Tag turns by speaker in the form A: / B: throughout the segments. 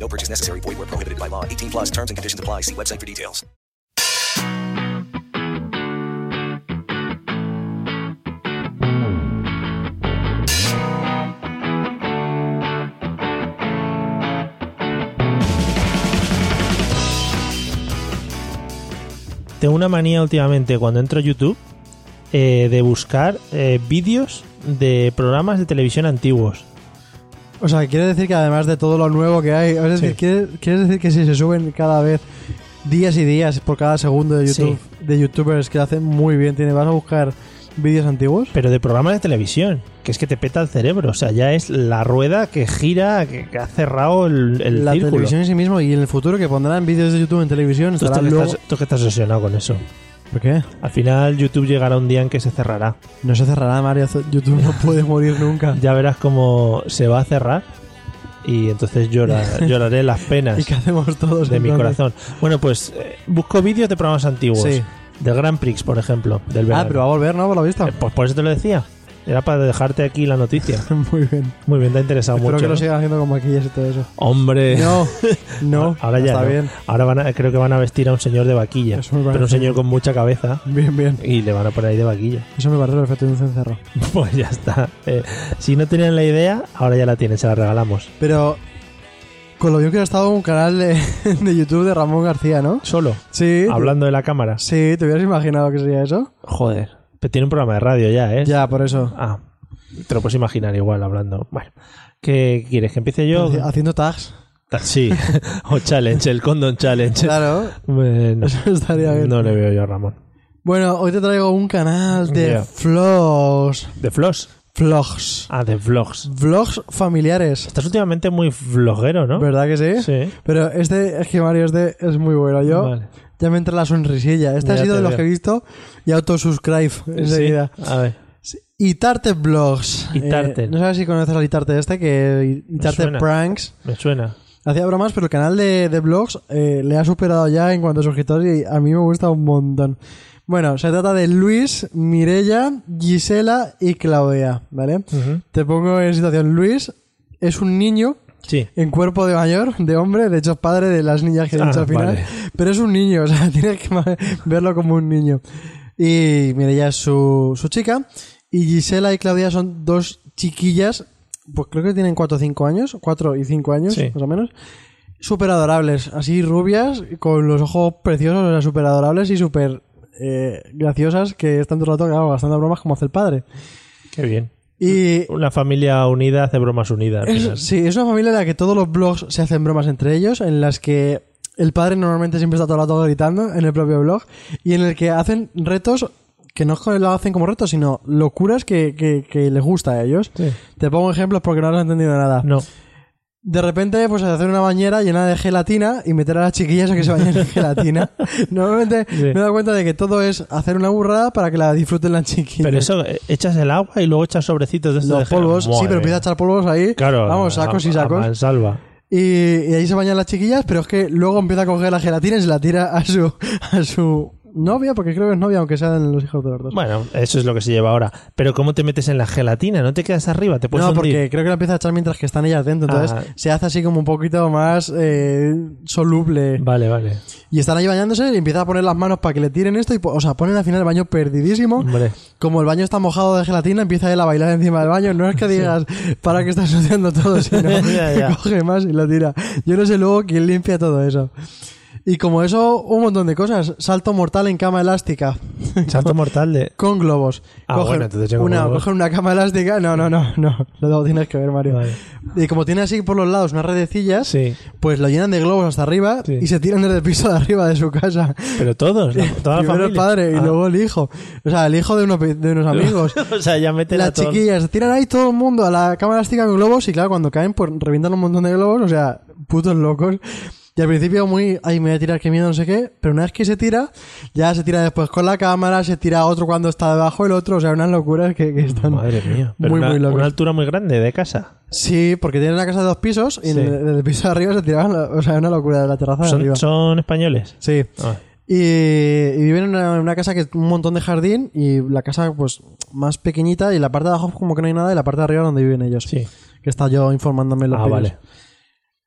A: No purchase necessary. Void where prohibited by law. 18 plus terms and conditions apply. See website for details.
B: Tengo una manía últimamente cuando entro a YouTube eh, de buscar eh, vídeos de programas de televisión antiguos.
C: O sea, quiere decir que además de todo lo nuevo que hay, es decir,
B: Sí.
C: ¿quiere- ¿quieres decir que si se suben cada vez días y días por cada segundo de YouTube, de youtubers que lo hacen muy bien, tiene, vas a buscar vídeos antiguos?
B: Pero de programas de televisión, que es que te peta el cerebro. O sea, ya es la rueda que gira, que, que ha cerrado el, el
C: la
B: círculo.
C: televisión en sí mismo y en el futuro que pondrán vídeos de YouTube en televisión,
B: Tú,
C: estará
B: estás-
C: luego...
B: estás- tú que estás obsesionado con eso.
C: ¿Por qué?
B: Al final YouTube llegará un día en que se cerrará.
C: No se cerrará, Mario. YouTube no puede morir nunca.
B: Ya verás cómo se va a cerrar y entonces llora- lloraré las
C: ¿Y
B: penas
C: qué hacemos todos?
B: de mi
C: entonces?
B: corazón. Bueno, pues eh, busco vídeos de programas antiguos.
C: Sí.
B: Del Grand Prix, por ejemplo. Del verano.
C: Ah, pero va a volver, ¿no? Por la vista.
B: Eh, Pues por eso te lo decía. Era para dejarte aquí la noticia.
C: Muy bien.
B: Muy bien, te ha interesado
C: Espero
B: mucho.
C: que lo
B: ¿no?
C: sigan haciendo con maquillas y todo eso.
B: Hombre.
C: No, no.
B: Ahora ya
C: Está
B: no.
C: bien.
B: Ahora van a- creo que van a vestir a un señor de vaquilla.
C: Eso me parece.
B: Pero un señor con mucha cabeza.
C: Bien, bien.
B: Y le van a poner ahí de vaquilla.
C: Eso me parece perfecto de un cencerro.
B: Pues ya está. Eh, si no tenían la idea, ahora ya la tienen, se la regalamos.
C: Pero con lo bien que ha estado un canal de, de YouTube de Ramón García, ¿no?
B: Solo,
C: Sí.
B: hablando de la cámara.
C: Sí, ¿te hubieras imaginado que sería eso?
B: Joder. Pero tiene un programa de radio ya, ¿eh?
C: Ya, por eso.
B: Ah, te lo puedes imaginar igual hablando. Bueno, ¿qué quieres? ¿Que empiece yo? Ah,
C: Haci- Haciendo tags.
B: Sí. o challenge, el condom challenge.
C: Claro.
B: Eh, no.
C: Eso estaría bien.
B: No le veo yo a Ramón.
C: Bueno, hoy te traigo un canal de
B: Ya.
C: vlogs.
B: ¿De Floss?
C: Vlogs.
B: Ah, de Vlogs.
C: Vlogs familiares.
B: Estás últimamente muy vloguero, ¿no?
C: ¿Verdad que sí?
B: Sí.
C: Pero este, es que Mario, este es muy bueno. Yo
B: Vale.
C: ya me entra la sonrisilla. Este
B: Ya
C: ha sido
B: te
C: de los
B: veo.
C: que he visto y autosubscribe enseguida.
B: Sí. A ver.
C: Itarte Blogs.
B: Itarte.
C: Eh, no sabes si conoces al Itarte este, que Itarte
B: suena.
C: Pranks.
B: Me suena.
C: Hacía bromas, pero el canal de, de blogs eh, le ha superado ya en cuanto a suscriptores y a mí me gusta un montón. Bueno, se trata de Luis, Mirella, Gisela y Claudia, ¿vale? Te pongo en situación. Luis es un niño
B: Sí.
C: en cuerpo de mayor, de hombre, de hecho es padre de las niñas que he
B: Ah,
C: dicho al final,
B: vale.
C: pero es un niño, o sea, tienes que ma- verlo como un niño. Y mire, ella es su, su chica, y Gisela y Claudia son dos chiquillas, pues creo que tienen 4 o 5 años, 4 y 5 años,
B: Sí.
C: más o menos, súper adorables, así rubias, con los ojos preciosos, o sea, súper adorables y súper eh, graciosas, que están todo el rato claro, gastando bromas como hace el padre.
B: Qué bien.
C: Y
B: Una familia unida hace bromas unidas. al
C: es-
B: final.
C: sí, es una familia en la que todos los blogs se hacen bromas entre ellos, en las que el padre normalmente siempre está todo el rato gritando en el propio blog, y en el que hacen retos que no es que lo hacen como retos, sino locuras que, que- que les gusta a ellos.
B: Sí.
C: Te pongo ejemplos porque no has entendido nada.
B: No.
C: De repente, pues hacer una bañera llena de gelatina y meter a las chiquillas a que se bañen en gelatina. Normalmente
B: Sí.
C: me he dado cuenta de que todo es hacer una burrada para que la disfruten las chiquillas.
B: Pero eso, eh, echas el agua y luego echas sobrecitos de estos de
C: los
B: gel.
C: polvos, sí,
B: Madre
C: pero empieza a
B: mía.
C: echar polvos ahí.
B: Claro.
C: Vamos, sacos
B: a-
C: y sacos.
B: A mansalva.
C: Y, y ahí se bañan las chiquillas, pero es que luego empieza a coger la gelatina y se la tira a su, a su novia, porque creo que es novia, aunque sean los hijos de los dos.
B: Bueno, eso es lo que se lleva ahora. Pero ¿cómo te metes en la gelatina? ¿No te quedas arriba? ¿Te puedes
C: no,
B: hundir?
C: porque creo que la empieza a echar mientras que están ellas dentro, entonces
B: Ah.
C: se hace así como un poquito más eh, soluble.
B: Vale, vale.
C: Y están ahí bañándose y empieza a poner las manos para que le tiren esto, y po- o sea, ponen al final el baño perdidísimo.
B: Hombre.
C: Como el baño está mojado de gelatina, empieza él a bailar encima del baño. No es que digas, para que estás ensuciando todo, sino
B: Ya, ya.
C: que coge más y lo tira. Yo no sé luego quién limpia todo eso. Y como eso, un montón de cosas. Salto mortal en cama elástica.
B: Salto mortal de...
C: Con globos.
B: Ah, bueno, entonces tengo
C: una,
B: globos.
C: cogen una cama elástica. No, no, no, no. Lo tienes que ver, Mario.
B: Vale.
C: Y como tiene así por los lados unas redecillas,
B: Sí.
C: pues lo llenan de globos hasta arriba
B: Sí.
C: y se tiran desde el piso de arriba de su casa.
B: Pero todos, la- toda la
C: Primero
B: familia.
C: el padre y
B: Ah.
C: luego el hijo. O sea, el hijo de, uno- de unos amigos.
B: o sea, ya meten
C: Las
B: a todos.
C: chiquillas tiran ahí todo el mundo a la cámara elástica con globos y claro, cuando caen, pues revientan un montón de globos, o sea, putos locos. Y al principio muy, ay, me voy a tirar, qué miedo, no sé qué, pero una vez que se tira, ya se tira después con la cámara, se tira otro cuando está debajo el otro, o sea, unas locuras que, que están...
B: Madre mía. Pero
C: Muy,
B: una,
C: muy locos.
B: una altura muy grande de casa.
C: Sí, porque tienen una casa de dos pisos y en
B: Sí.
C: el, en el piso de arriba se tiraban, la- o sea, una locura de la terraza de Ah, arriba.
B: ¿Son, son españoles?
C: Sí.
B: Ah,
C: Y, y viven en una, en una casa que un montón de jardín y la casa pues más pequeñita y la parte de abajo como que no hay nada y la parte de arriba donde viven ellos.
B: sí.
C: Que está yo informándome los
B: Ah,
C: vídeos.
B: vale.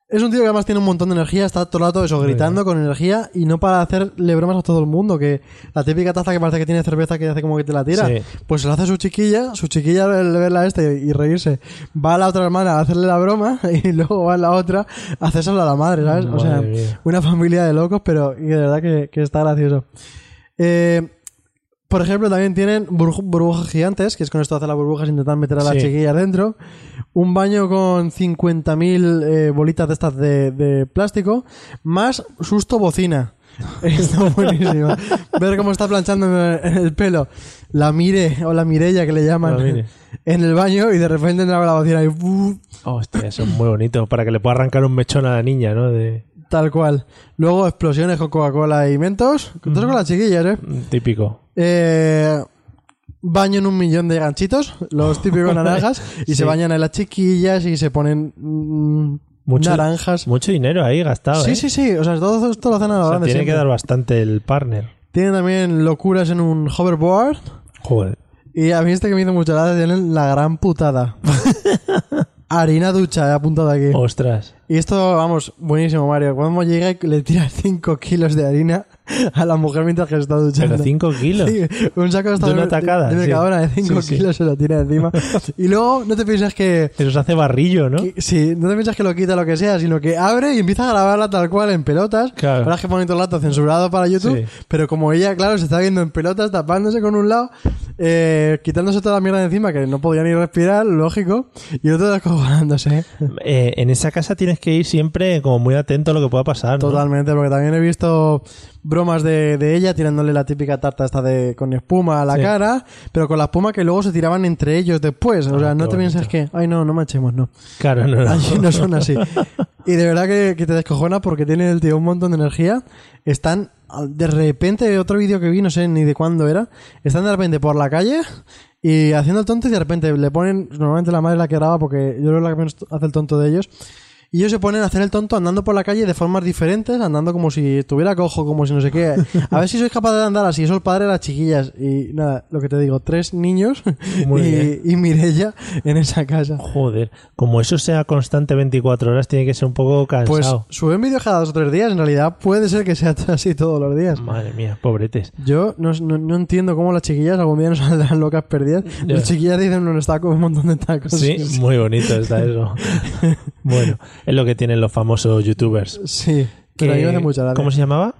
C: Es un tío que además tiene un montón de energía, está todo el rato eso, gritando con energía y no para de hacerle bromas a todo el mundo, que la típica taza que parece que tiene cerveza que hace como que te la tira,
B: Sí.
C: pues se la hace su chiquilla, su chiquilla al verla esta y, y reírse, va a la otra hermana a hacerle la broma y luego va a la otra a hacérsela a la madre, ¿sabes? o sea,
B: Madre mía.
C: una familia de locos, pero y de verdad que, que está gracioso. Eh, por ejemplo, también tienen burbu- burbujas gigantes, que es con esto hacer las burbujas e intentar meter a las
B: Sí.
C: chiquillas dentro. Un baño con 50.000 eh, bolitas de estas de, de plástico, más susto bocina. Está buenísimo. Ver cómo está planchando en en el pelo la Mire o la Mirella que le llaman
B: La Mire.
C: en el baño y de repente entra la bocina y ¡buf!
B: Hostia, son muy bonitos. Para que le pueda arrancar un mechón a la niña, ¿no? De,
C: tal cual. Luego explosiones con Coca-Cola y mentos. Todo con las chiquillas, ¿eh?
B: típico.
C: Eh, baño en un millón de ganchitos, los típicos naranjas, y
B: Sí.
C: se bañan en las chiquillas y se ponen mm,
B: Mucho-
C: naranjas.
B: Mucho dinero ahí gastado.
C: Sí,
B: ¿eh?
C: sí, sí, o sea, todo esto lo hacen a la
B: O sea,
C: grande.
B: tiene que
C: siempre.
B: dar bastante el partner.
C: Tienen también locuras en un hoverboard.
B: Joder.
C: Y a mí este que me hizo mucha gracia tienen la gran putada. Harina ducha, he apuntado aquí.
B: Oh, Ostras.
C: Y esto, vamos, buenísimo, Mario. Cuando llega y le tira 5 kilos de harina a la mujer mientras que se está duchando.
B: Pero 5 kilos.
C: Sí, un saco hasta
B: De una tacada,
C: de
B: sí.
C: Mercadona de 5
B: Sí, sí.
C: kilos se lo tira encima. y luego no te piensas que,
B: Eso se hace barrillo, ¿no?
C: que- Sí, no te piensas que lo quita lo que sea, sino que abre y empieza a grabarla tal cual en pelotas.
B: Claro.
C: Ahora es que ponen todo el rato censurado para YouTube,
B: Sí.
C: pero como ella, claro, se está viendo en pelotas, tapándose con un lado, eh, quitándose toda la mierda de encima, que no podía ni respirar, lógico, y el otro descojonándose.
B: Eh, en esa casa tienes que ir siempre como muy atento a lo que pueda pasar. ¿no?
C: Totalmente, porque también he visto bromas de, de ella tirándole la típica tarta esta de con espuma a la
B: Sí.
C: cara, pero con la espuma que luego se tiraban entre ellos después. O sea,
B: Ah, qué
C: no te
B: bonito.
C: piensas que, ay no, no manchemos, no.
B: Claro, no, no.
C: Allí no son así. Y de verdad que, que te descojona porque tiene el tío un montón de energía. Están, al- de repente, otro vídeo que vi, no sé ni de cuándo era, están de repente por la calle y haciendo el tonto y de repente le ponen, normalmente la madre es la que graba porque yo creo que la que menos hace el tonto de ellos. Y ellos se ponen a hacer el tonto andando por la calle de formas diferentes, andando como si estuviera cojo, como si no sé qué. A ver si sois capaz de andar así, eso el padre de las chiquillas. Y nada, lo que te digo, tres niños
B: Muy
C: y,
B: bien.
C: y Mirella en esa casa.
B: Joder. Como eso sea constante 24 horas, tiene que ser un poco
C: Pues
B: cansado.
C: suben vídeos cada dos o tres días, en realidad puede ser que sea así todos los días.
B: Madre mía, pobretes.
C: Yo no, no- no entiendo cómo las chiquillas algún día nos saldrán locas perdidas.
B: Ya.
C: Las chiquillas dicen unos tacos, un montón de tacos.
B: Sí, muy bonito está eso. bueno, es lo que tienen los famosos youtubers.
C: Sí, pero a mí
B: Que-
C: me hace mucha gracia.
B: ¿Cómo se llamaba?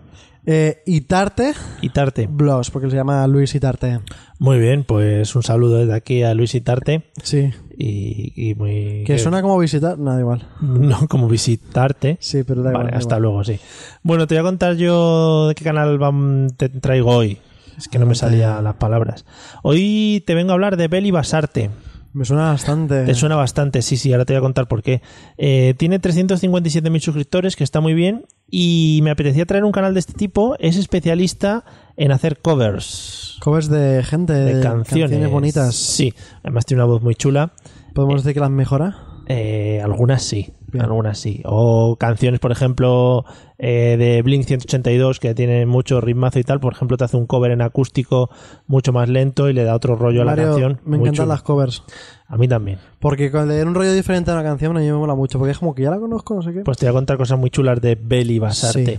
C: Eh, Itarte
B: Itarte.
C: Blogs, porque se llama Luis Itarte.
B: Muy bien, pues un saludo desde aquí a Luis Itarte.
C: Sí.
B: Y, y muy.
C: Que suena como visitar. Nada, igual.
B: No, como visitarte.
C: Sí, pero da igual.
B: Vale,
C: da
B: hasta
C: igual.
B: luego, sí. Bueno, te voy a contar yo de qué canal vam- te traigo hoy. Es que no me salían las palabras. Hoy te vengo a hablar de Beli Basarte.
C: Me suena bastante.
B: Te suena bastante, sí, sí, ahora te voy a contar por qué. Eh, tiene 357.000 suscriptores, que está muy bien. Y me apetecía traer un canal de este tipo. Es especialista en hacer covers
C: Covers de gente,
B: de canciones.
C: Eh, bonitas.
B: Sí, además tiene una voz muy chula.
C: ¿Podemos decir que las mejora?
B: Eh, algunas sí,
C: Bien.
B: algunas sí. O canciones, por ejemplo, eh, de Blink 182 que tienen mucho ritmazo y tal. Por ejemplo, te hace un cover en acústico mucho más lento y le da otro rollo a
C: Mario,
B: la canción.
C: me
B: Muy
C: encantan
B: chulo.
C: las covers.
B: A mí también.
C: Porque con leer un rollo diferente a una canción a mí me mola mucho, porque es como que ya la conozco, no sé qué.
B: Pues te voy a contar cosas muy chulas de Beli Basarte,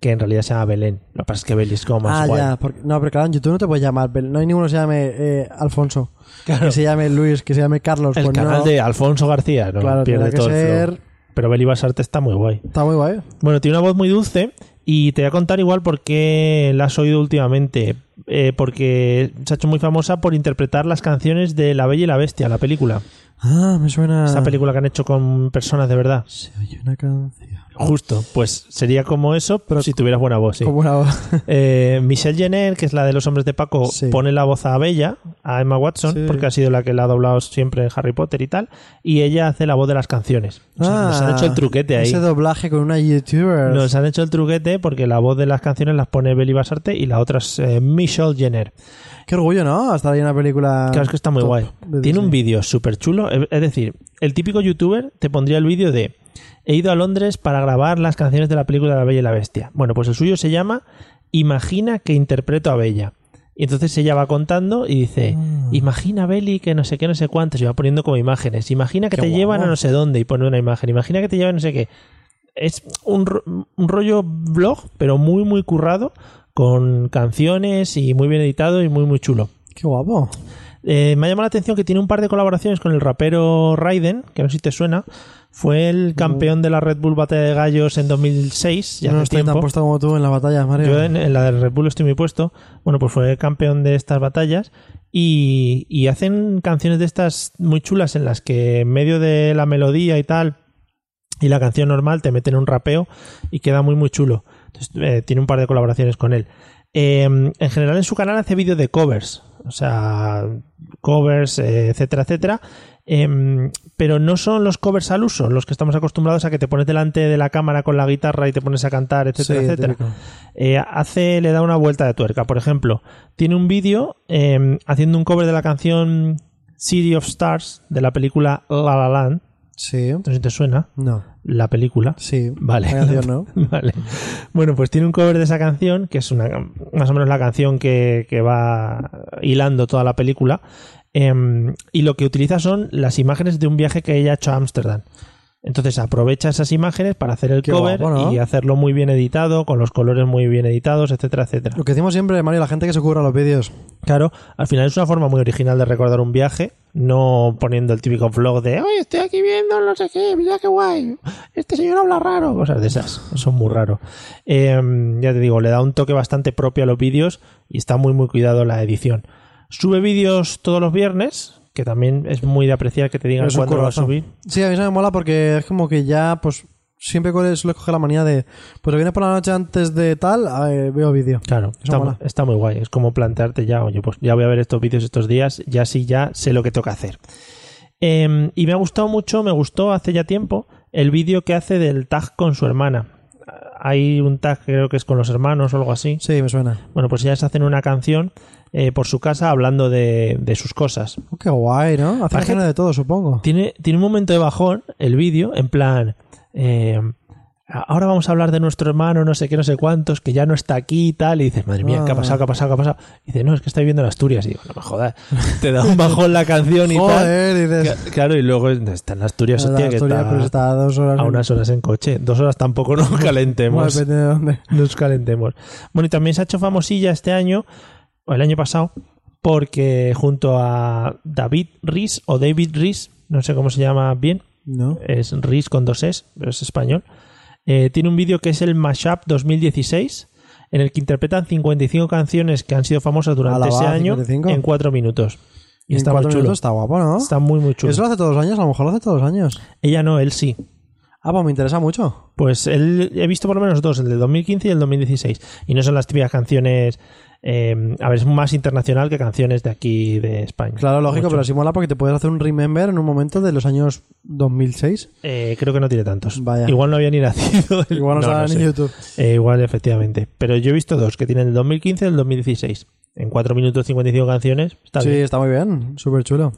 B: que en realidad se llama Belén. Lo que pasa es que Beli es como más
C: ah,
B: guay.
C: ya. porque- no, pero claro, en YouTube no te puedes llamar. Bel- No hay ninguno que se llame eh, Alfonso,
B: Claro.
C: que se llame Luis, que se llame Carlos.
B: El
C: pues
B: canal
C: no.
B: de Alfonso García, no
C: Claro,
B: pierde
C: tendrá que
B: todo el flow.
C: ser.
B: Pero Beli Basarte está muy guay.
C: Está muy guay.
B: Bueno, tiene una voz muy dulce y te voy a contar igual por qué la has oído últimamente. Eh, porque se ha hecho muy famosa por interpretar las canciones de La Bella y la Bestia, la película.
C: Ah, me suena.
B: Esa película que han hecho con personas de verdad.
C: Se oye una canción.
B: Justo, pues sería como eso, pero si tuvieras buena voz, sí.
C: Como una voz.
B: Eh, Michelle Jenner, que es la de los hombres de Paco,
C: Sí.
B: pone la voz a Bella, a Emma Watson,
C: Sí.
B: porque ha sido la que la ha doblado siempre en Harry Potter y tal, y ella hace la voz de las canciones. O sea, nos han hecho el truquete ahí.
C: Ah, Ese doblaje con una youtuber.
B: Nos han hecho el truquete porque la voz de las canciones las pone Beli Basarte y la otra es eh, Michelle Jenner.
C: Qué orgullo, ¿no? Estar ahí en una película.
B: Claro, es que está muy
C: Ah, top
B: guay.
C: de
B: Tiene un
C: Disney.
B: vídeo súper chulo. Es es decir, el típico youtuber te pondría el vídeo de He ido a Londres para grabar las canciones de la película La Bella y la Bestia. Bueno, pues el suyo se llama Imagina que interpreto a Bella. Y entonces ella va contando y dice,
C: Mm. Ah,
B: imagina Belly que no sé qué, no sé cuántos, y va poniendo como imágenes. Imagina que
C: Qué
B: te
C: guapo.
B: llevan a no sé dónde y pone una imagen. Imagina que te llevan no sé qué. Es un, ro- un rollo blog, pero muy, muy currado, con canciones y muy bien editado y muy, muy chulo.
C: Qué guapo.
B: Eh, me ha llamado la atención que tiene un par de colaboraciones con el rapero Raiden, que no sé si te suena. Fue el campeón de la Red Bull Batalla de Gallos en 2006. Ya
C: no
B: hace
C: estoy tan
B: tiempo.
C: puesto como tú en las batallas, Mario.
B: Yo en, en la del Red Bull estoy muy puesto. Bueno, pues fue campeón de estas batallas. Y, y hacen canciones de estas muy chulas en las que en medio de la melodía y tal y la canción normal te meten un rapeo y queda muy muy chulo. Entonces, eh, tiene un par de colaboraciones con él. Eh, en general en su canal hace vídeos de covers, o sea, covers, eh, etcétera, etcétera. Em, pero no son los covers al uso, los que estamos acostumbrados a que te pones delante de la cámara con la guitarra y te pones a cantar, etcétera,
C: Sí,
B: etcétera
C: típico.
B: eh, hace, le da una vuelta de tuerca. Por ejemplo, tiene un vídeo eh, haciendo un cover de la canción City of Stars de la película La La Land.
C: Sí.
B: No sé si te suena
C: No.
B: la película.
C: Sí.
B: Vale.
C: La canción, ¿no?
B: Vale. Bueno, pues tiene un cover de esa canción, que es una, más o menos la canción que, que va hilando toda la película. em, y lo que utiliza son las imágenes de un viaje que ella ha hecho a Ámsterdam. Entonces aprovecha esas imágenes para hacer el
C: Qué
B: cover
C: guapo, ¿no?
B: y hacerlo muy bien editado, con los colores muy bien editados, etcétera, etcétera.
C: Lo que decimos siempre, Mario, la gente que se curra los vídeos.
B: Claro, al final es una forma muy original de recordar un viaje, no poniendo el típico vlog de hoy estoy aquí viendo no sé qué, mira qué guay, este señor habla raro, cosas de esas, son muy raros. ya te digo, le da un toque bastante propio a los vídeos y está muy muy cuidado la edición. Sube vídeos todos los viernes, que también es muy de apreciar que te digan
C: Es un
B: cuándo va a
C: currazo.
B: subir.
C: Sí, a mí se me mola porque es como que ya, pues, siempre co- suele coger la manía de, pues, viene por la noche antes de tal, eh, veo vídeo.
B: Claro, está,
C: mola.
B: está muy guay. Es como plantearte ya, oye, pues ya voy a ver estos vídeos estos días, ya sí, ya sé lo que toca hacer. Eh, y me ha gustado mucho, me gustó hace ya tiempo, el vídeo que hace del tag con su hermana. Hay un tag que creo que es con los hermanos o algo así.
C: Sí, me suena.
B: Bueno, pues ellas hacen una canción eh, por su casa hablando de, de sus cosas.
C: Oh, qué guay, ¿no? Hace
B: Parece-
C: género de todo, supongo.
B: Tiene, tiene un momento de bajón el vídeo, en plan. eh, ahora vamos a hablar de nuestro hermano, no sé qué, no sé cuántos, que ya no está aquí y tal. Y dices, madre mía,
C: Ah.
B: ¿qué ha pasado? ¿Qué ha pasado? ¿Qué ha pasado? Y dice, no, es que estoy viviendo en Asturias. Y digo, no me jodas. Te da un bajón la canción y tal.
C: Joder, dices.
B: Ca- Claro, y luego está en Asturias, hostia, que
C: Asturias,
B: está
C: pues, está a dos horas.
B: a unas horas en coche. Dos horas tampoco nos
C: Bueno,
B: calentemos.
C: depende de dónde.
B: Nos calentemos. Bueno, y también se ha hecho famosilla este año, o el año pasado, porque junto a David Riz o David Riz, no sé cómo se llama bien,
C: ¿No?
B: es Riz con dos S, pero es español. Eh, tiene un vídeo que es el Mashup 2016, en el que interpretan 55 canciones que han sido famosas durante
C: Alaba,
B: ese año
C: 55.
B: en 4 minutos. Y
C: En
B: está muy
C: cuatro
B: chulo.
C: minutos está guapo, ¿no?
B: Está muy, muy chulo.
C: Eso lo hace todos los años, a lo mejor lo hace todos los años.
B: Ella no, él sí.
C: Ah, pues me interesa mucho.
B: Pues él, he visto por lo menos dos, el del 2015 y el 2016. Y no son las típicas canciones. eh, a ver, es más internacional que canciones de aquí de España.
C: Claro, lógico,
B: Mucho.
C: pero sí mola porque te puedes hacer un remember en un momento de los años 2006.
B: Eh, creo que no tiene tantos.
C: Vaya.
B: Igual no había ni nacido. el-
C: Igual no, estaban
B: sé.
C: en YouTube.
B: Eh, igual, efectivamente. Pero yo he visto dos que tienen el 2015 y el 2016. En 4 minutos 55 canciones. Está
C: sí,
B: bien.
C: está muy bien, súper chulo.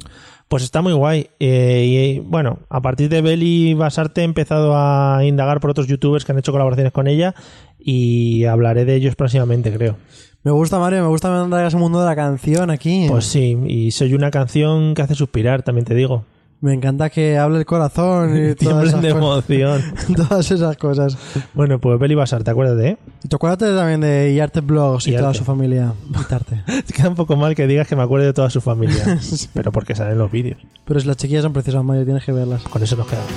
B: Pues está muy guay. Eh, y bueno, a partir de Beli Basarte he empezado a indagar por otros youtubers que han hecho colaboraciones con ella. Y hablaré de ellos próximamente, creo.
C: Me gusta, Mario, me gusta andar en ese mundo de la canción aquí.
B: Pues sí, y soy una canción que hace suspirar, también te digo.
C: me encanta que hable el corazón y
B: Tiemblen
C: todas esas,
B: de
C: cosas,
B: emoción.
C: todas esas cosas.
B: Bueno, pues Beli Basarte, acuérdate, ¿eh?
C: Y tú acuérdate también de Iarte Blogs y
B: Iarte.
C: toda su familia. Iarte.
B: Te queda un poco mal que digas que me acuerde de toda su familia. Pero porque salen los vídeos.
C: Pero si las chiquillas son preciosas, Mario, tienes que verlas.
B: Con eso nos quedamos.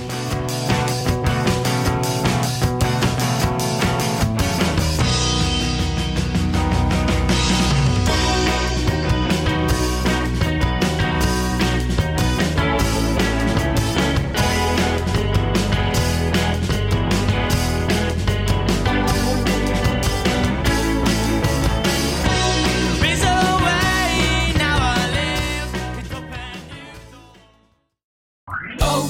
D: It's away now I live. Oh,